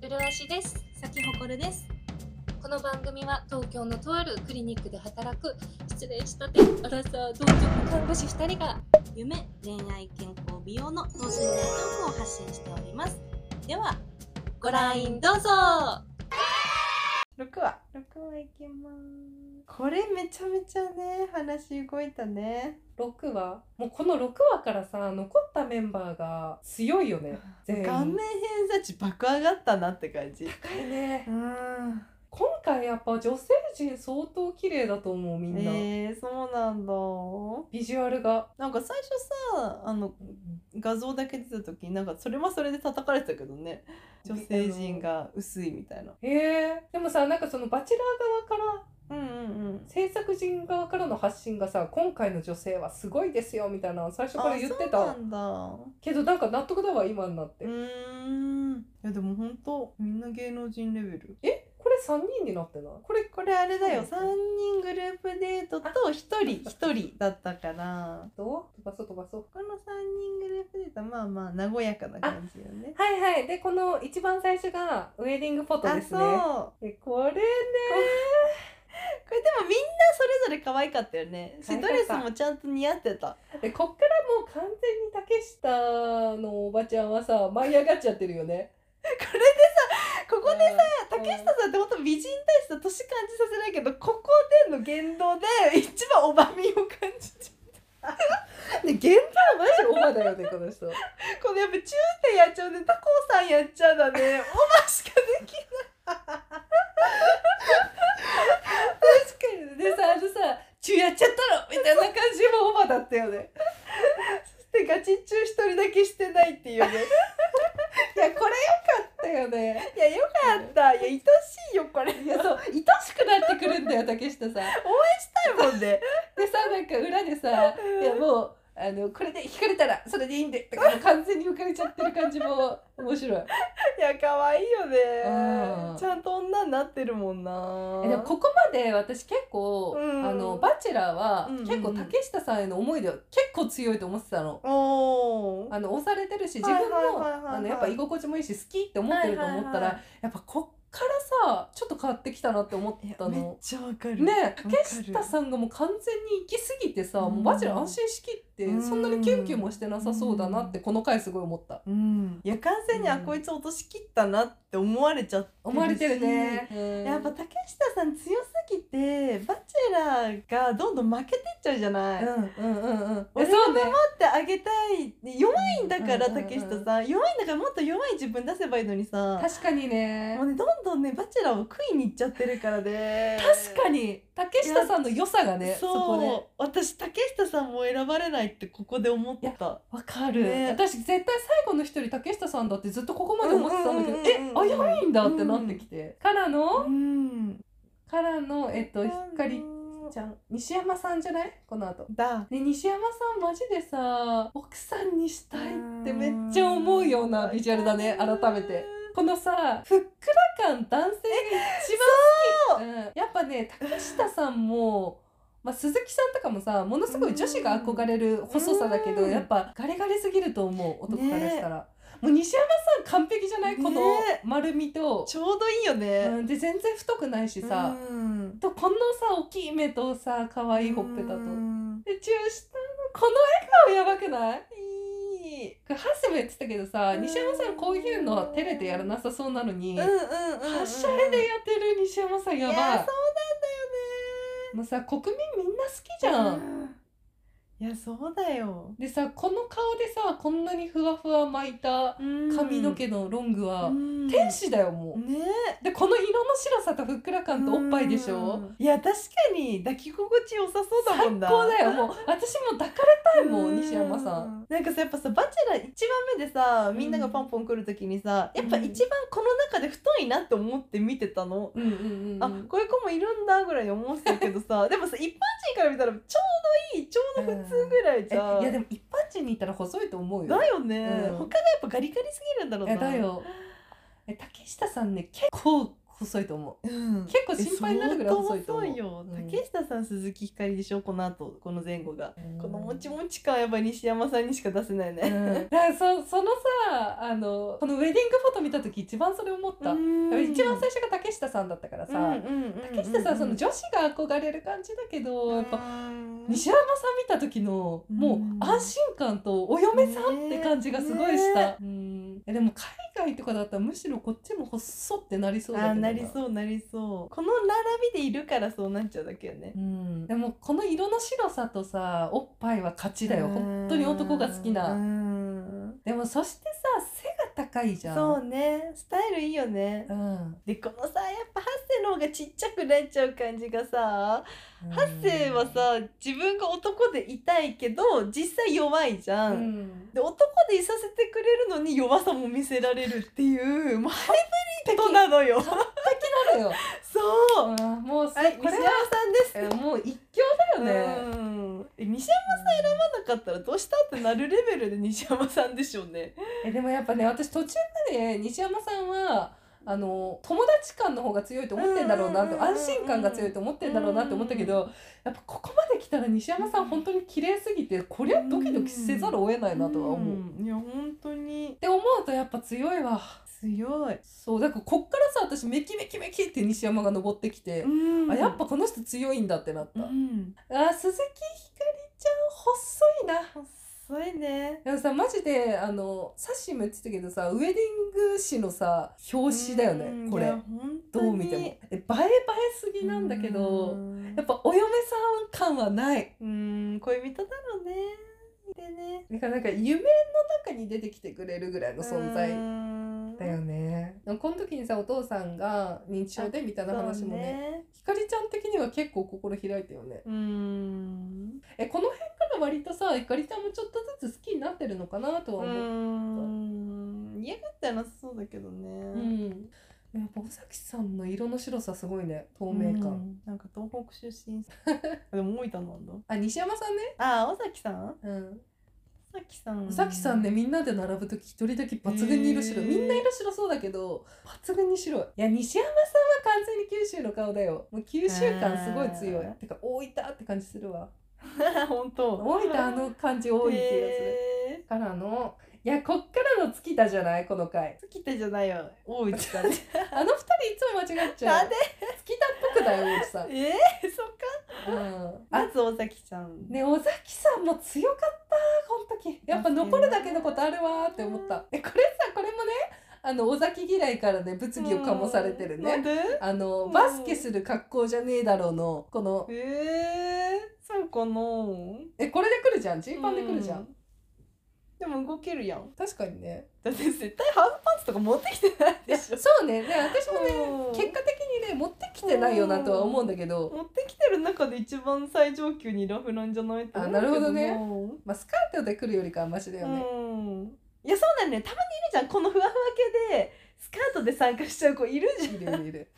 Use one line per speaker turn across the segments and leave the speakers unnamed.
プルアシです
咲ほこるです。
この番組は東京のとあるクリニックで働く失礼したてアラサー同居看護師2人が
夢、恋愛、健康、美容の等身大トークを発信しております。では、
ご覧どうぞ
6話6話いきますこれめちゃめちゃね話動いたね
6話もうこの6話からさ残ったメンバーが強いよね全員
顔面偏差値爆上がったなって感 じ
高いね
うん
今回やっぱ女性陣相当綺麗だと思うみんな、
えー、そうなんだ
ビジュアルが
なんか最初さあの画像だけ出た時なんかそれはそれで叩かれてたけどね女性陣が薄いみたいな
えー、でもさなんかそのバチェラー側から
うんうん
制作陣側からの発信がさ今回の女性はすごいですよみたいなの最初から言って
あそうな
た
んだ
けどなんか納得だわ今になって、
うーんいやでもほんとみんな芸能人レベル
えこれ3人になってない
これこれあれだよ
うん
3人グループデートと1人1人だったから
どう飛ばそう飛ばそう
この3人グループデートまあまあ和やかな感じよね
はいはいでこの一番最初がウェディングフォトですね
そう
えこれね
これでもみんなそれぞれ可愛かったよねし
可愛か
ド
った
レスもちゃんと似合ってた
でこっからもう完全に竹下のおばちゃんはさ舞い上がっちゃってるよね。
ここでさ
うん
竹下さんってほんと美人大した年感じさせないけどここでの言動で一番おばみを感じちゃ
で現場はマジオバだよねこの人。
うこのやっぱ中点やっちゃうねタコさんやっちゃうだねおばしかできない
確かにねでさあのさ「中やっちゃったの!」みたいな感じもオバだったよね。
そしてガチ中一人だけしてないっていうね
いやこれよかったよね。
いやよかったいや愛しいよこれ
いやそう愛しくなってくるんだよ竹下さん。
もんね
でさなんか裏でさ「いやもうあのこれで引かれたらそれでいいんで」とかもう完全に浮かれちゃってる感じも面白い。
いや可愛いよね
うん
ちゃんと女になってるもんな
えでもここまで私結構、
うん
あのバチェラーは
うんうんうん
結構竹下さんへの思いでは結構強いと思ってたの。
おー
あの押されてるし自
はいはい
分も
はいはいはい
あのやっぱ居心地もいいし好きって思ってると思ったら、
はいはいはい
やっぱこっからさちょっと変わってきたなって思
い
った
やめっ
の。
ちゃわかる
ね
わかる
竹下さんがもう完全に行き過ぎてさ、
うん
もうバチェラー安心しきって、
うん
そんなにキュンキュンもしてなさそうだなってこの回すごい思った。
うんいや完全にあ
うん
こいつ落としきったなって思われちゃってるし
思われてるね。
やっぱ竹下さん強すぎてバチェラーがどんどん負けてっちゃうじゃない、
うんうんうんうん。
俺
えそうね。
ってあげたい弱いんだから、
うんうんうんうん
竹下さん弱いんだからもっと弱い自分出せばいいのにさ
確かにね
もう。ねどんどんねバチェラーを食いに行っちゃってるからで
確かに竹下さんの良さがねそ
そう
こで
私竹下さんも選ばれないってここで思った
わかる、
ね
私絶対最後の一人竹下さんだってずっとここまで思ってたんだけど、
うんうんうんうん
え危ないんだってなってきて、からの
うん
からのえっと光
ち
ち
ゃ
ゃん西山さんじゃないこの後
んだ
ね西山さんマジでさ奥さんにしたいってめっちゃ思うようなビジュアルだね
うん
改めてこのさふっくら感男性が一番好き、うん、やっぱね竹下さんも、まあ、鈴木さんとかもさものすごい女子が憧れる細さだけど、
うん
やっぱガリガリすぎると思う男からしたら、もう西山さん完璧じゃないこの
ね
丸みと、
ちょうどいいよね、
うん、で全然太くないしさ、
うん
とこのさ大きい目とさ可愛いほっぺたと。
うん
で中下のこの笑顔やばくない
いい
これハッセも言ってたけどさ
うん
西山さんこういうのは照れてやらなさそうなのに、
うんうんうんうん
発射絵でやってる西山さんやばい
いやそうなんだよね
もうさ国民みんな好きじゃん、
うんいやそうだよ
でさこの顔でさこんなにふわふわ巻いた髪の毛のロングは、
うん
天使だよもう、
ね
でこの色の白さとふっくら感とおっぱいでしょ、
うんいや確かに抱き心地良さそうだもんだ
最高だよもう私も抱かれたいもん西山さん
んなんかさやっぱさ「バチェラー」1番目でさみんながポンポン来る時にさ、
うん
やっぱ一番この中で太いなって思って見てたの、
うんうんうん
あこういう子もいるんだぐらいに思ってたけどさでもさ一般人から見たらちょうどいいちょうど普通ぐらいじ
えい
ゃん、
やでも一般人にいたら細いと思うよ
だよね、
うん
他がやっぱガリガリすぎるんだろうな
えだよえ竹下さんね結構細いと思
うん
結構心配になるぐらい細いと思う
え相当よ、
うん
竹下さん鈴木ひかりでしょこの後この前後が、
う。
このもちもち感はやっぱり西山さんにしか出せない
うん
ね、
だからそそのさあのこのウェディングフォト見た時一番それ思った、一番最初が竹下さんだったからさ、竹下さんその女子が憧れる感じだけど、やっぱ西山さん見た時の
うん
もう安心感とお嫁さんって感じがすごいした、うんえでも海外とかだったらむしろこっちも細ってなりそうだけ
あ
ど
なりそうなりそうこの並びでいるからそうなっちゃうだけよね
うん、でもこの色の白さとさおっぱいは勝ちだよ本当に男が好き
う
なんでもそしてさ背が高いじゃん
そうねスタイルいいよね
うん、
でこのさやっぱハッセの方がちっちゃくなっちゃう感じがさハッセはさ自分が男でいたいけど実際弱いじゃ、
うんん、
で男でいさせてくれるのに弱さも見せられるっていうもうハイブリッドなのよ
あるよ、
そう
うん、もうす
はい、西
こ
山
れ
さ
は
んです
えもう一強だよね、
うんえ西山さんなかったらどうしたってなるレベルで西山さんでしょうね。
えでもやっぱね私途中まで西山さんはあの友達感の方が強いと思ってんだろうな
うんうん
と
うんうん
安心感が強いと思ってんだろうなって思ったけどやっぱここまで来たら西山さん本当に綺麗すぎてこりゃドキドキせざるを得ないなとは思う。っ
うんいや本当に
て思うとやっぱ強いわ
強い。
そうだからこっからさ私メキメキメキって西山が登ってきて、
うん
あやっぱこの人強いんだってなっ
う
た、
ん。
あー鈴木ひかりちゃん細いな
それね。
でもさマジであのサッシーも言ってたけどさウェディング誌のさ表紙だよ
う
ね
ん
こ
い
れ
や本当
ど
に
う見てもえ映え映えすぎなんだけ
う
ど
ん
やっぱお嫁さん感はない
うん恋人だろうね。でね。
だからなんか夢の中に出てきてくれるぐらいの存在
うん
だよねでもこの時にさお父さんが認知症でみたいな話もね
そうね
ひかりちゃん的には結構心開いたよね
うん。
えこの辺から割とさひかりちゃんもちょっとずつ好きになってるのかなとは
う
思う、
ん。嫌がってはなさそうだけどね。
うん、やっぱ尾崎さんの色の白さすごいね透明感、
うんなんか東北出身でも大分 なんだ
あ西山さんね、
あ尾崎さん
うん、
尾崎さん
尾崎さんねみんなで並ぶ時一人だけ抜群に色白い
へー
みんな色白そうだけど抜群に白いいや西山さんは完全に九州の顔だよもう九州感すごい強い
あー
てか大分って感じするわ
本当
大分あの感じ多い気がする、
へ
からのいやこっからの月田じゃないこの回
ー月田じゃないよ大内だね
あの二人いつも間違っちゃ
な
うん
で
月田っぽくだよ大内さん、
えー、そっか
うん、あ
まず尾崎さん
ね尾崎さんも強かったこの時やっぱ残るだけのことあるわーって思ったえこれさこれもねあの尾崎嫌いからね物議を醸されてる
なん
ね
で
あの
ん
バスケする格好じゃねえだろうのこの
えー、そうかな
えこれで来るじゃんジーパンで来るじゃん、
うでも動けるやん
確かにね
だって絶対ハーフパンツとか持ってきてない
いや
でし
そ
ょ
うねね私もね
うん
結果的にね持ってきてないよなとは思うんだけど
持ってきてる中で一番最上級にラフなんじゃないって思うけ
あなるほどね
うん
まあスカートで来るよりかはマシだよね
うんいやそうだねたまにいるじゃんこのふわふわ系でスカートで参加しちゃう子いるじゃん
いるいるいる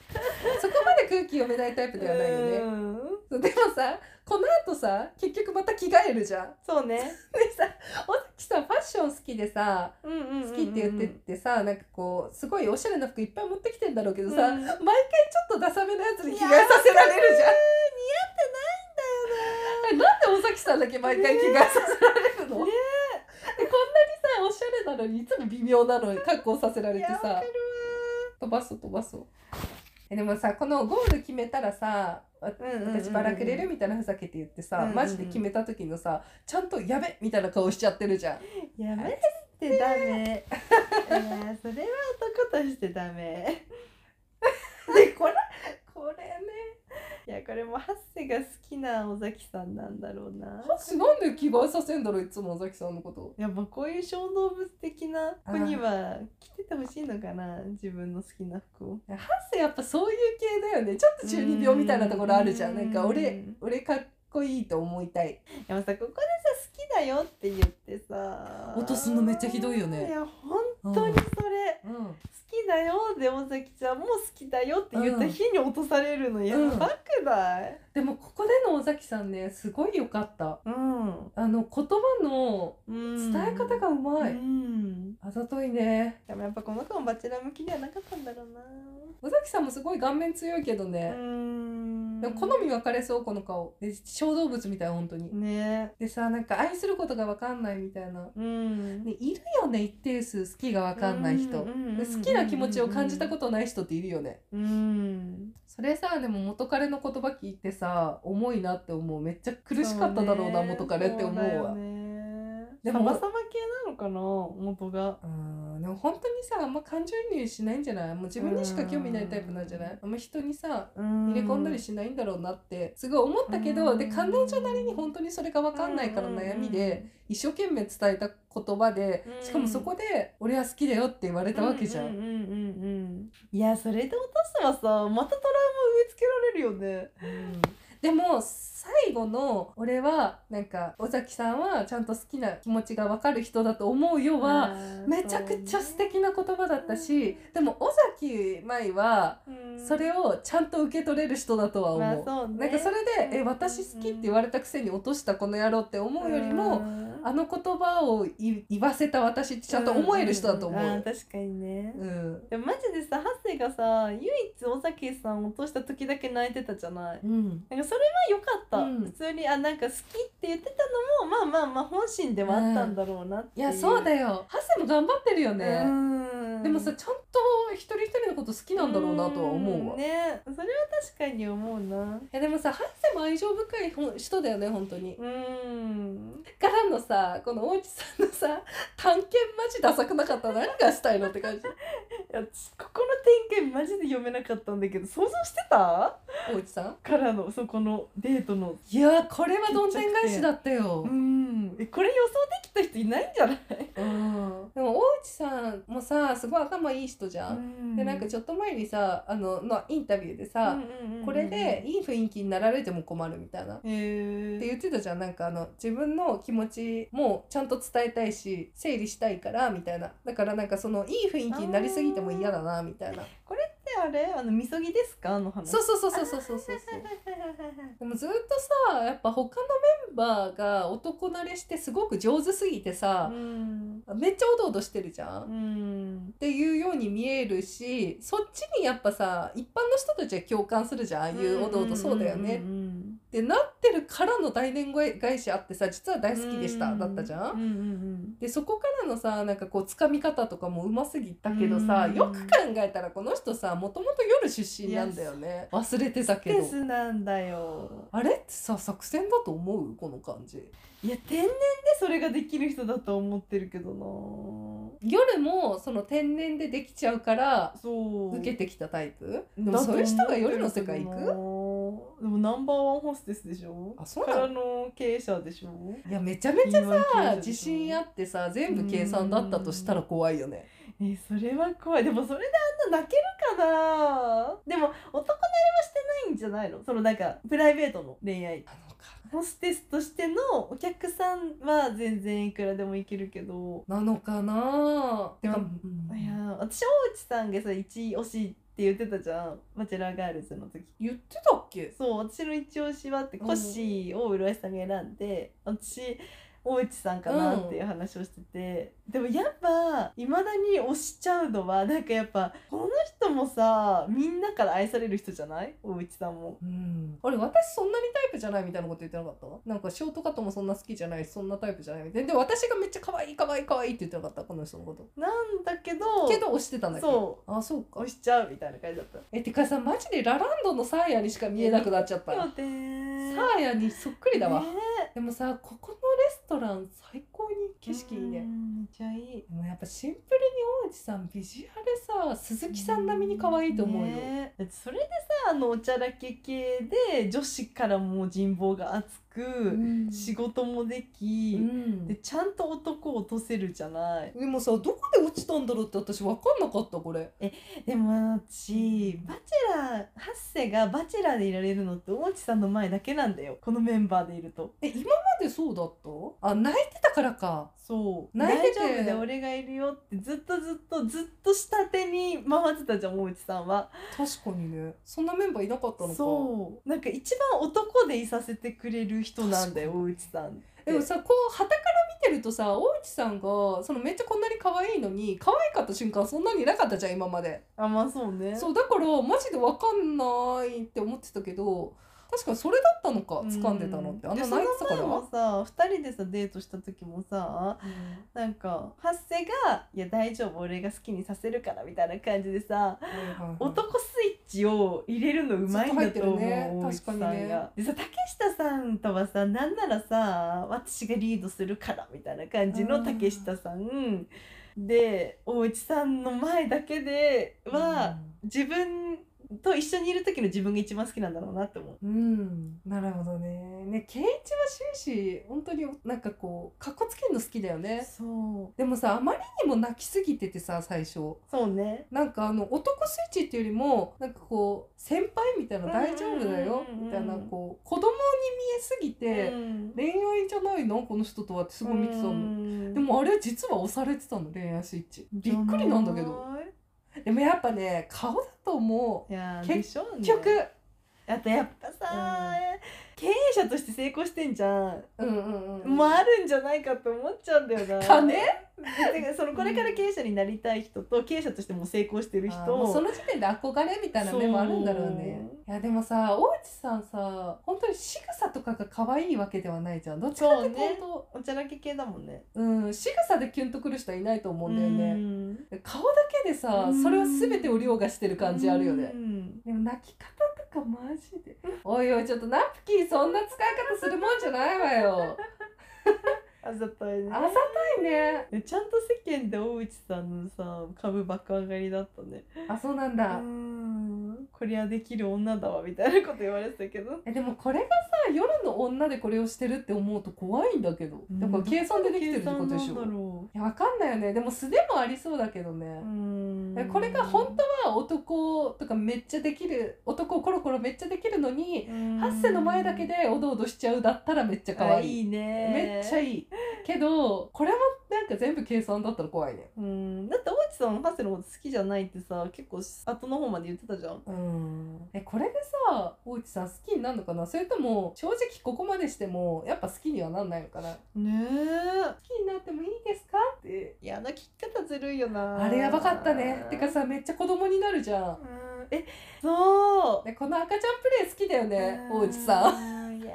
そこまで空気読めないタイプではないよね
うん
そうでもさこの後さ結局また着替えるじゃん
そうね
でさ尾崎さんファッション好きでさ好
好
きって言ってってさ、なんかこうすごいおしゃれな服いっぱい持ってきてんだろうけどさ、
うん
毎回ちょっとダサめのやつに着替えさせられるじゃん。 えなんで尾崎さんだけ毎回着替えさせられるの、
ね
でこんなにさおしゃれなのにいつも微妙なのに格好させられて
いやわ
さ
かる
飛ばそう飛ばそうえでもさこのゴール決めたらさわ私ばらくれるみたいなふざけて言ってさ、
うんうんうん
マジで決めた時のさちゃんと「やべ」みたいな顔しちゃってるじゃん。
やめてダメいやそれは男としてダ メ
でこれこれね
いやこれもハッセが好きな尾崎さんなんだろうな
私なんで着替えさせんだろういつも尾崎さんのこと。
やっぱこういう小動物的な子には着ててほしいのかな自分の好きな服を
ハッセやっぱそういう系だよねちょっと中二病みたいなところあるじゃんなんか俺俺かっこいいと思いたい。
でもさここでさ好きだよって言ってさ
落とすのめっちゃひどいよね
いや本当にそれ、好
うん
きだよで尾崎ちゃんも好きだよって言った日に落とされるのやばくない、
でもここでの尾崎さんねすごい良かった
うん
あの言葉の伝え方がうまい、
うん
あざといね
でもやっぱこの子もバチェラー向きではなかったんだろうな
尾崎さんもすごい顔面強いけど
う
ね、
ん
でも好み分かれそうこの顔で小動物みたい本当に、
ね
でさなんか愛することが分かんないみたいな、
うん
ね、いるよね一定数好きが分かんない人、で好きな気持ちを感じたこととない人っているよね
うん
それさでも元彼の言葉聞いてさ重いなって思うめっちゃ苦しかっただろうな元彼って思うわ
で
で
も
も
サバサバ系なのかな元が
うんでも本当にさあんま感情移入しないんじゃないもう自分にしか興味ないタイプなんじゃないあんま人にさ
入
入れ込んだりしないんだろうなってすごい思ったけどで関連上なりに本当にそれが分かんないから悩みで一生懸命伝えた言葉で
うん
しかもそこで「俺は好きだよ」って言われたわけじゃ
うん
ん。
うんうんうんうんいやそれで落とすはさまたトラウマ植え付けられるよね
うんでも最後の「俺はなんか尾崎さんはちゃんと好きな気持ちが分かる人だと思うよ」はめちゃくちゃ素敵な言葉だったし、でも尾崎舞はそれをちゃんと受け取れる人だとは
を
思う。
まあそうね
なんかそれ
う
で
ん
「え私好き」って言われたくせに落としたこの野郎って思うよりも、
うん
あの言葉をい言わせた私ってちゃんと思える人だと思
んんんあ
う。
確かにね
うん
でもマジでさハッセがさ唯一尾崎さんを落とした時だけ泣いてたじゃない
うん
なんかそれは良かった、
うん
普通にあなんか好きって言ってたのもまあまあまあ本心ではあったんだろうなって
い
いう、
やそうだよハセも頑張ってるよね、
うん
でもさちゃんと一人一人のこと好きなんだろうなとは思うわ、
んねそれは確かに思うな
えでもさハセも愛情深いほん人だよね本当に
うん
からのさこの大内さんのさ探検マジダサくなかった何がしたいのって感じ
いや私ここの展開マジで読めなかったんだけど想像してた
大内さん
からのそこのデートの
いやーこれはどんでん返しだったよ、
うんえこれ予想できた人いないんじゃない、
うんでも大内さんもさすごい頭いい人じゃん、でなんか
ょ
ちょっと前にさあののインタビューでさ、これでいい雰囲気になられても困るみたいな
へえ
って言ってたじゃんなんかあの自分の気持ちもちゃんと伝えたいし整理したいからみたいなだからなんかそのいい雰囲気になりすぎても嫌だなみたいな
あれあのみそぎですかあの話
そうそうそうそうそうそうそうでもずっとさやっぱ他のメンバーが男慣れしてすごく上手すぎてさ
う、ん
めっちゃおどおどしてるじゃん、
う
っ
ん
ていうように見えるしそっちにやっぱさ一般の人たちは共感するじゃんああいうおどおどそうだよねってなってるからの大年返しあってさ実は大好きでしただったじゃん
うんうん
でそこからのさなんかこうつかみ方とかもうますぎたけどさ、
うん
よく考えたらこの人さもともと夜出身なんだよね忘れてたけ
テ
ど
スなんだよ
あれってさ作戦だと思うこの感じ
いや天然でそれができる人だと思ってるけどな
夜もその天然でできちゃうから
そう
受けてきたタイプでもそういう人が夜の世界行く
くでもナンバーワンホステスでしょ
あそう
か
な
ら
の
の経営者でしょ
いやめちゃめちゃさ自信あ
や
ってさ全部計算だったとしたら怖いよね
えそれは怖いでもそれであんな泣けるかなでも男慣れはしてないんじゃないのそのなんかプライベートの恋愛
なのか
ホステスとしてのお客さんは全然いくらでもいけるけど
なのかなでも、うん
いやー私大内さんがさ一押しって言ってたじゃんバチェラーガールズの時
言ってたっけ
そう私の一押しはって
うん
コッシーを浦井さんが選んで私大内さんかなっていう話をしてて、でもやっぱいまだに推しちゃうのはなんかやっぱこの人もさみんなから愛される人じゃない大内さんも。
うん、あれ私そんなにタイプじゃないみたいなこと言ってなかったなんかショートカットもそんな好きじゃないしそんなタイプじゃないみたいなで私がめっちゃ可愛い可愛い可愛いって言ってなかったこの人のこと
なんだけど
けど押してたんだけど
そ
あそう
う
か
推しちゃうみたいな感じだった。
えてかさマジでラランドのサーヤにしか見えなくなっちゃったサ
そうね
ーヤにそっくりだわ、
ね
でもさここのレストラン最高に景色いいね、
うんめっちゃいい。
でもやっぱシンプルに王子さんビジュアルさ鈴木さん並みに可愛いと思うよ、
ねだってそれでさあのおちゃらけ系で女子からも人望が厚く、
うん
仕事もでき、
うん
でちゃんと男を落とせるじゃない
でもさどこで落ちたんだろうって私分かんなかったこれ
でも私バチェラーハッセがバチェラーでいられるのって大内さんの前だけなんだよこのメンバーでいると
え今までそうだったあ泣いてたからからか
そう
泣い
大
てて
丈夫で俺がいるよってずっとずっとずっと下手に回ってたじゃん大内さんは
確かにねそんなメンバーいなかったのか
そうなんか一番男でいさせてくれる人なんだよ大内さんって
でもさこう傍から見てるとさ大内さんがそのめっちゃこんなに可愛いのに可愛かった瞬間そんなにいなかったじゃん今まで
あまあそうね
そうだからマジで分かんないって思ってたけど確かにそれだったのか掴んでたのってあんな泣いてたか
で
ら
その前もさ2人でさデートした時もさなんかハッセが「いや大丈夫俺が好きにさせるから」みたいな感じでさ男スイッチを入れるのうまいんだと思う、
ずっと入ってるね
大内さん
確かにね
がでさ竹下さんとはさなんならさ私がリードするからみたいな感じ
う
の
ん
竹下さんで大内さんの前だけでは、自分と一緒にいる時の自分が一番好きなんだろうなって思う。
うん、なるほどね。ね、ケイチは終始本当になんかこうかっこつけるの好きだよね。
そう
でもさあまりにも泣きすぎててさ最初
そうね
なんかあの男スイッチっていうよりもなんかこう先輩みたいな
うん
大丈夫だよ
うん
みたいなこう子供に見えすぎて
うん
恋愛じゃないのこの人とはってすごい見てた
う
の。
ん
でもあれ実は押されてたの恋愛スイッチびっくりなんだけどでもやっぱね顔だと思
いやー
結
でしょうね
う結局
あとやっぱさ、経営者として成功してんじゃん、
うんうんうん
もうあるんじゃないかって思っちゃうんだよな
金
だからそのこれから経営者になりたい人と経営者としてもう成功してる人
あーもうその時点で憧れみたいな目もあるんだろうねいやでもさ大内さんさ本当に仕草とかが可愛いわけではないじゃんどっちかっていうと
そうね
本
おちゃらけ系だもんね
当うん仕草でキュンとくる人はいないと思うんだよね
ね
顔だけでさ
うん
それを全てを凌駕してる感じあるよね
うん
でも泣き方とかマジでおいおいちょっとナプキンそんな使い方するもんじゃないわ よ
あざといね
あざといね
でちゃんと世間で大内さんのさ株爆上がりだったね
あそうなん
う
だ
んこりゃできる女だわみたいなこと言われてたけど
えでもこれがさ夜の女でこれをしてるって思うと怖いんだけどだから計算でできてるってことでしょ
計算なんだろ
いやわかんないよねでも素でもありそうだけどね、
ううん
これが本当は男とかめっちゃできる男コロコロめっちゃできるのに、
うん
ハッセの前だけでおどおどしちゃうだったらめっちゃ可
あ
愛い
いいね
めっちゃ
いい
いいけどこれもなんか全部計算だったら怖いね
うんだって大内さんハッセのこと好きじゃないってさ結構後の方まで言ってたじゃん
うんえこれでさ大内さん好きになるのかなそれとも正直ここまでしてもやっぱ好きにはなんないのかな好
ね
きになってもいいですかって
えいやあの聞き方ずるいよな
あれやばかったねてかさめっちゃ子供になるじゃん
うんえそう
でこの赤ちゃんプレイ好きだよね大内さん
んいや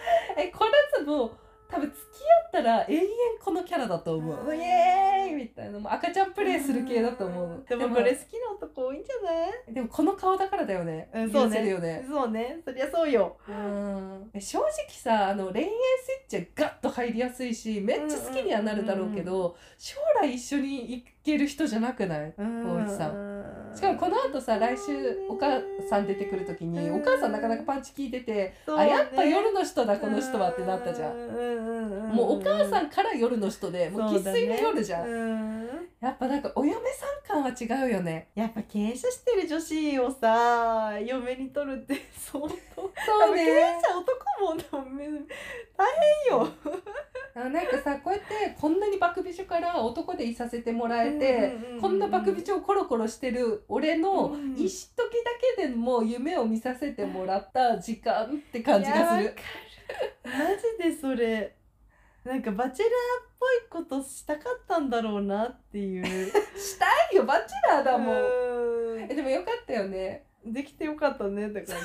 えこのやつも多分付き合ったら永遠このキャラだと思
う
うんイエーイみたいなもう赤ちゃんプレイする系だと思うの
でもこれ好きな男多いんじゃない
でもこの顔だからだよね、
うんそうね
許せるよね
そうねそりゃそうよ
うんえ正直さあの恋愛スイッチはガッと入りやすいしめっちゃ好きにはなるだろうけど、将来一緒に行ける人じゃなくない
大
内さ
ん
しかもこの後さ来週お母さん出てくる時に
う
お
ん
母さんなかなかパンチ効いてて、
そうね
あやっぱ夜の人だこの人はってなったじゃん
うんうんうんうん
もうお母さんから夜の人でもう
そう
生
だ
粋
ね
の夜じゃん、
うん
やっぱなんかお嫁さん感は違うよね
やっぱ経営者してる女子をさ嫁に取るって 相当
そ
経営者男もでもめ大変よ
なんかさこうやってこんなに爆美女から男でいさせてもらえて、こんな爆美女をコロコロしてる俺の
うん
一時だけでも夢を見させてもらった時間って感じがす
いやわ
る
かマジでそれなんかバチェラーっぽいことしたかったんだろうなっていう
したいよバチェラーだもん、
う
えでもよかったよね
んできてよかったねって感じ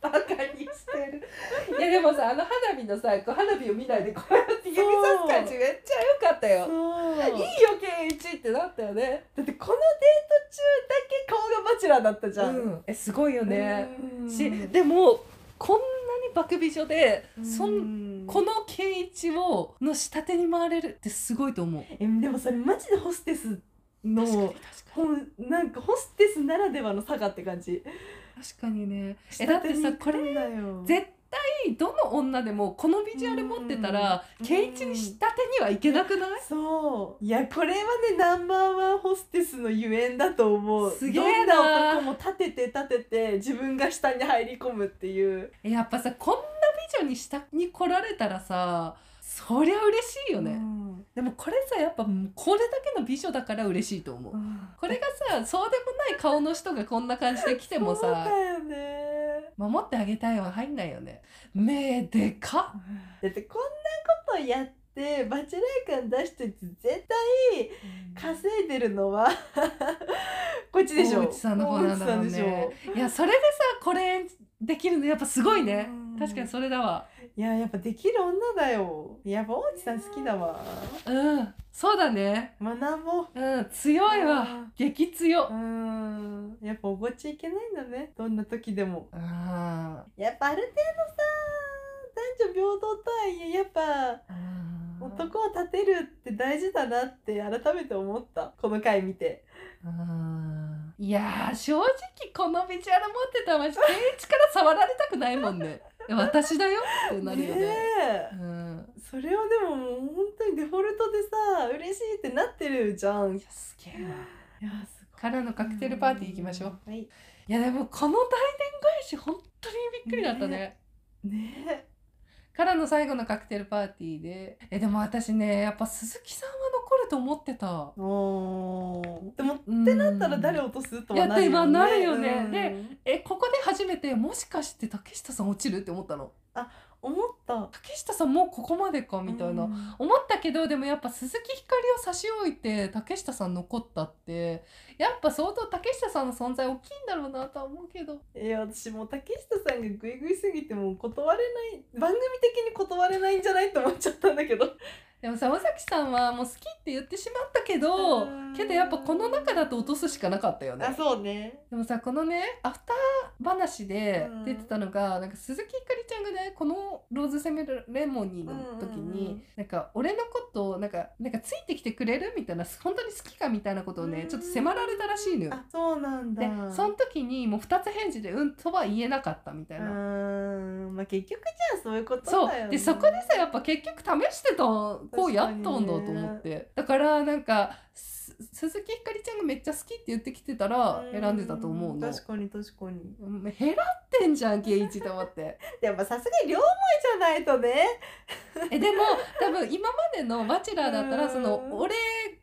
バカにしてるいやでもさあの花火のさこう花火を見ないでこうやって指さす感じめっちゃ良かった よ
そう
いいよケイチってなったよね。
だってこのデート中だけ顔がバチェラーだったじゃん、
ん、えすごいよね。
うん
しでもこんなに爆美女で、そ
うんん
このケイチをの下手に回れるってすごいと思う。
えでもそれマジでホステスのほんなんかホステスならではの差がって感じ
確かにね。えだってさこれ
れだよ
絶対どの女でもこのビジュアル持ってたら、
うん
ケイチに下手にはいけなくない？
そういやこれはねナンバーワンホステスのゆえんだと思う
すげえな
どんな男も立てて立てて自分が下に入り込むっていう
えやっぱさこんな美女に下に来られたらさ。そりゃ嬉しいよね、
うん
でもこれさやっぱもうこれだけの美女だから嬉しいと思う、これがさそうでもない顔の人がこんな感じで来ても
そうだ
さ
よね
守ってあげたいは入んないよね目でかっ
だってこんなことやってバチェラー感出しといて絶対稼いでるのは こっちでしょ
大内さんの方なんだろ
大
うね
内さんでしょ
いやそれでさこれできるのやっぱすごいね
うん
確かにそれだわ
いややっぱできる女だよやっぱ大内さん好きだわ
うんそうだね
学ぼう
うん強いわ激
う
強
ーんやっぱおごっちゃいけないんだねどんな時でも
あ
やっぱある程度さ男女平等とはいえやっぱ
ーうん
男を立てるって大事だなって改めて思ったこの回見て
うんいやー正直このビジュアル持ってたらマジ健一から触られたくないもんねいや私だよってなるよね
え
うん
それをでももう本当にデフォルトでさ嬉しいってなってるじゃんい
いやすげえわ
やすごい
からのカクテルパーティー行きましょう、
はい
いやでもこの大天返し本当にびっくりだったね
ねねえ
からの最後のカクテルパーティーでえでも私ねやっぱ鈴木さんは残ると思ってた
おーでもっ
って
なったら誰落とすとはなるよ
いやで
ね
もなるよね
うん
でえここで初めてもしかして竹下さん落ちるって思ったの
思った
竹下さんもうここまでかみたいな、
うん
思ったけどでもやっぱ鈴木ひかりを差し置いて竹下さん残ったってやっぱ相当竹下さんの存在大きいんだろうなとは思うけど
いや私もう竹下さんがグイグイすぎてもう断れない番組的に断れないんじゃないと思っちゃったんだけど
でもさ尾崎さんはもう好きって言ってしまったけど
うん
けどやっぱこの中だと落とすしかなかったよね
あそうね
でもさこのねアフター話で
うん
出てたのが、なんか鈴木ひかりちゃんがねこの「ローズセメレモニー」の時に、
うんうんうん
なんか俺のことをなんかなんかついてきてくれるみたいな本当に好きかみたいなことをね、
うん
ちょっと迫られたらしいのよ。
あそうなんだ
でその時にもう2つ返事で「うん」とは言えなかったみた
う
いな。
ーんまあ結局じゃあそういうことだ
そ
よ
う
ね
でそこでさやっぱ結局試してたこうやったんだと思って、だからなんかす鈴木ひかりちゃんがめっちゃ好きって言ってきてたら
うん
選んでたと思うの。
確かに確かに
うん減らってんじゃん圭一と思って
でやっぱさすがに両思いじゃないとね
えでも多分今までの「バチェラー」だった
う
ら
ん
その俺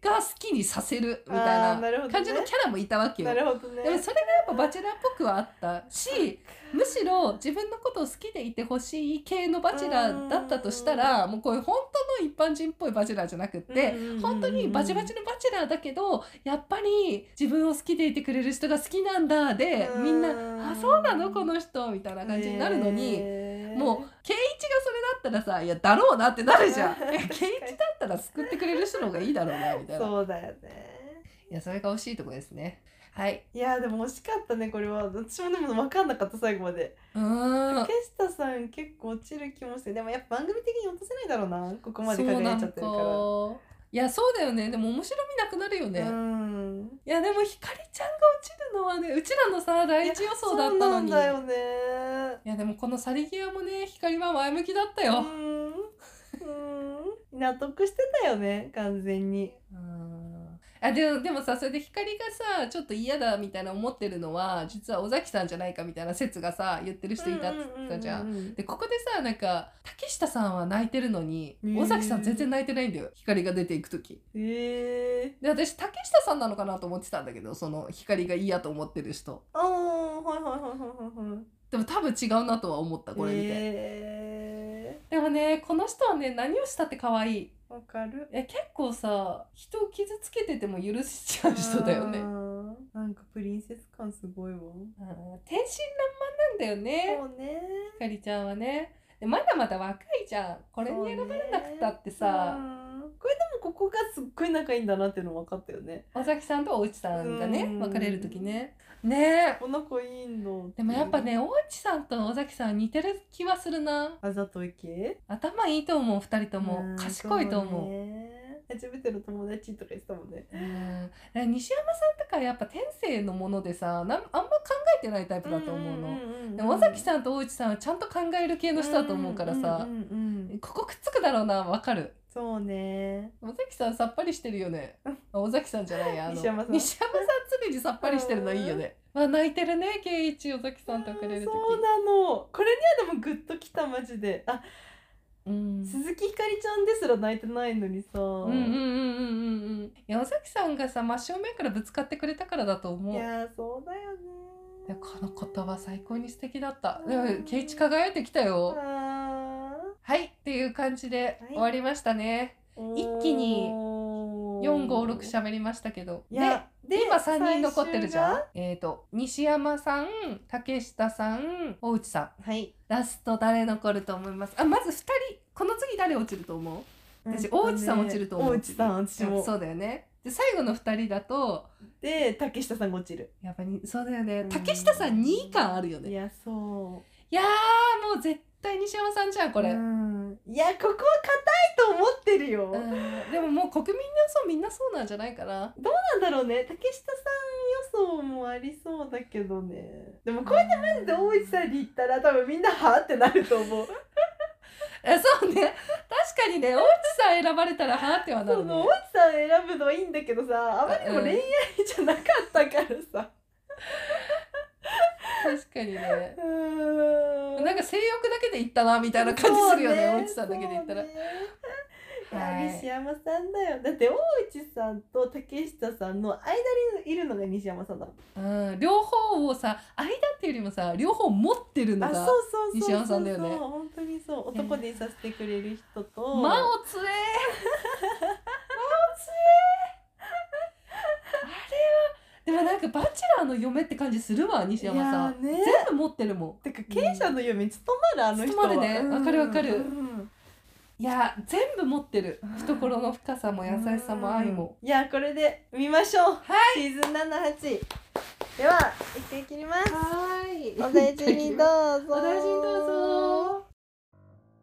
が好きにさせるみ
あ
た
ー
い
なるほど
な
ね
感じのキャラもいたわけよ、
なるほどね
でもそれがやっぱ「バチェラー」っぽくはあったしむしろ自分のことを好きでいてほしい系の「バチェラー」だったとしたらもうこういう本当の一般人っぽい「バチェラー」じゃなくって、
うん
本当にバチバチのバチェラーだけどやっぱり自分を好きでいてくれる人が好きなんだでみん
うん
な「あそうなのこの人」みたいな感じになるのに
ね
もう圭一がそれだったらさ「いやだろうな」ってなるじゃん
確かに
圭一だったら救ってくれる人の方がいいだろうなみたいな
そうだよね
いやそれが惜しいとこですねはい
いやでも惜しかったねこれは私もでも分かんなかった最後まで
うーん
竹下さん結構落ちる気もしてでもやっぱ番組的に落とせないだろうなここまで輝いちゃってるからう
そうなんかいやそうだよねでも面白みなくなるよね、
ん
いやでもひかりちゃんが落ちるのはねうちらのさ第一予想だったのに
そうなんだよね
いやでもこの去り際もね光は前向きだった
う
よ、
んうん納得してたよね完全に
うんあでもでもさそれで光がさちょっと嫌だみたいな思ってるのは実は尾崎さんじゃないかみたいな説がさ言ってる人いたって言ってたじゃ
うう
ん。
ううん
でここでさなんか竹下さんは泣いてるのに
うん
尾崎さん全然泣いてないんだよ光が出ていく時
へえ
で私竹下さんなのかなと思ってたんだけどその光が嫌と思ってる人
ああはいはいはいはいはい
でも多分違うなとは思ったこれ見て、
え
でもねこの人はね何をしたって可愛い
ーわかる
え結構さ人を傷つけてても許しちゃう人だよね
あーなんかプリンセス感すごいわ
うん天真爛漫なんだよね
そうね
ひかりちゃんはねでまだまだ若いじゃんこれに選ばれなくたって
そう
さ、
ねうんこれでもここがすっごい仲いいんだなっていうの分かったよね
尾崎さんと大内さんが
う
ね
ん
別れる時ねねえ
お仲いいんだて
でもやっぱね大内さんと尾崎さんは似てる気はするな
あざとい系
頭いいと思う2人とも
ん
賢いと思う
そね初めての友達とか言ってたもんね
うんだから西山さんとかやっぱ天性のものでさなんあんま考えてないタイプだと思うの、でも尾崎
ん
さんと大内さんはちゃんと考える系の人だと思うからさ、
うんうんうんうん
ここくっつくだろうなわかる
そうね
尾崎さんさっぱりしてるよねあ尾崎さんじゃないやあ の
西山さん
西山さん常にさっぱりしてるのいいよねまあ泣いてるね圭一尾崎さんとくれる時
そうなのこれにはでもグッときたマジであ
うん
鈴木ひかりちゃんですら泣いてないのにさ、
うんうんうんうんうんうん山崎さんがさ真正面からぶつかってくれたからだと思
いう
い
やーそうだよね
やこの言葉最高に素敵だった
うん
でも圭一輝いてきたよ、
あ
はいっていう感じで
はい
終わりましたね、
ー
一気に
おー
456喋りましたけど
いやで
で今3人残ってるじゃ
最
んえっ、と西山さん竹下さん大内さん
終がはい
ラスト誰残ると思いますあまず2人この次誰落ちると思う私大内さん落ちると思う
大内さん私も
そうだよねで最後の2人だと
で竹下さんが落ちる
やっぱりそうだよね
うん
竹下さん2位感あるよね
いやそう
いやーもう絶対西山さんじゃんこれ、
うんいやここは硬いと思ってるよ、
う
なん
んでももう国民の予想みんなそうなんじゃないかな
だろうね竹下さん予想もありそうだけどねでもこうやってマジで大内さんに言ったら多分みんなはあってなると思う
えそうね確かにね大内さん選ばれたらはーってはな
そ
るね
の大内さん選ぶのはいいんだけどさあまりにも恋愛じゃなかったからさ
確かにね
うん
なんか性欲だけでいったなみたいな感じするよね
そう
大内さんだけでいったら、
そうねいや
はい
西山さんだよだって大内さんと竹下さんの間にいるのが西山さんだもん
うん、両方をさ間っていうよりもさ両方持ってるの
あそう
が
そうそうそう
西山さんだよね
本当にそう
いや
男でいさせてくれる人と、
魔をつえ魔をつえあれはでもなんかバチェラーの嫁って感じするわ西山さん、
いやーね
全部持ってるも
てか経営者の嫁務まるあの人
務まるね
うん
わかるわかる
うん
んいやー全部持ってる懐の深さも優しさも愛も
いやこれで見ましょう、
は
シーズン78では一回切ります
はーい
お大事にどうぞ
お大事にどうぞ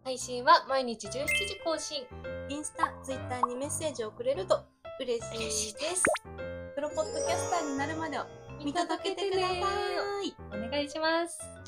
配信は毎日17時更新
インスタ、ツイッターにメッセージをくれると嬉しい
嬉しいです
プロポッドキャスターになるまでを見届けてください。
お願いします